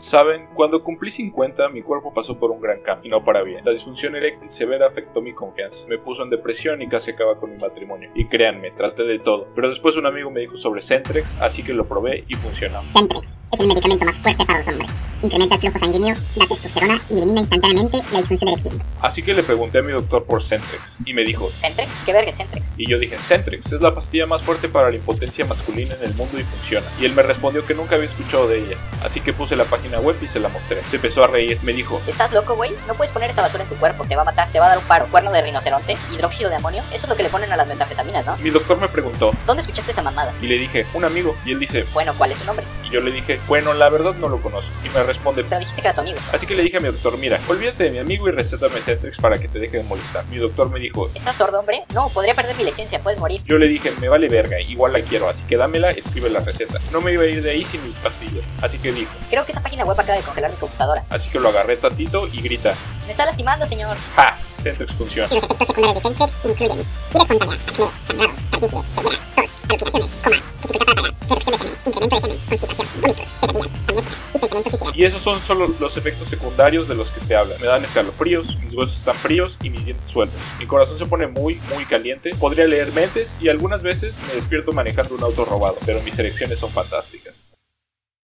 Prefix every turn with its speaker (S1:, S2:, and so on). S1: Saben, cuando cumplí 50, mi cuerpo pasó por un gran cambio, y no para bien. La disfunción eréctil severa afectó mi confianza, me puso en depresión y casi acaba con mi matrimonio. Y créanme, traté de todo. Pero después un amigo me dijo sobre Centrex, así que lo probé y funcionó.
S2: Centrex es el medicamento más fuerte para los hombres. Incrementa el flujo sanguíneo, da testosterona y elimina instantáneamente la disfunción eréctil.
S1: Así que le pregunté a mi doctor por Centrex y me dijo,
S3: ¿Centrex? ¿Qué verga es Centrex?
S1: y yo dije, Centrex es la pastilla más fuerte para la impotencia masculina en el mundo y funciona. Y él me respondió que nunca había escuchado de ella, así que puse la página web y se la mostré. Se empezó a reír, me dijo,
S3: ¿Estás loco, güey? No puedes poner esa basura en tu cuerpo, te va a matar, te va a dar un paro. Cuerno de rinoceronte, hidróxido de amonio, eso es lo que le ponen a las metanfetaminas, ¿no?
S1: mi doctor me preguntó,
S3: ¿Dónde escuchaste esa mamada?
S1: y le dije, un amigo, y él dice,
S3: Bueno, ¿cuál es su nombre?
S1: y yo le dije, bueno, la verdad no lo conozco, y me responde,
S3: Pero dijiste que era tu amigo.
S1: así que le dije a mi doctor, mira, olvídate de mi amigo y recétame Centrex para que te deje de molestar. Mi doctor me dijo,
S3: ¿Estás sordo, hombre? No, podría perder mi licencia, puedes morir.
S1: Yo le dije, me vale verga, igual la quiero, así que dámela, escribe la receta. No me iba a ir de ahí sin mis pastillas. Así que dijo,
S3: Creo que esa página web acaba de congelar mi computadora.
S1: así que lo agarré tantito y grita,
S3: Me está lastimando, señor.
S1: ¡Ja! Centrex funciona.
S2: Y los efectos secundarios de Centrex incluyen ira espontánea, acné, sangrado, calvicie, ceguera, tos, alucinaciones, coma, dificultad para pagar, reducción de semen, incremento de semen, constipación, vómitos, pesadillas, amnesia y pensamientos suicidas.
S1: Y esos son solo los efectos secundarios de los que te hablan. Me dan escalofríos, mis huesos están fríos y mis dientes sueltos. Mi corazón se pone muy, muy caliente. Podría leer mentes y algunas veces me despierto manejando un auto robado, pero mis erecciones son fantásticas.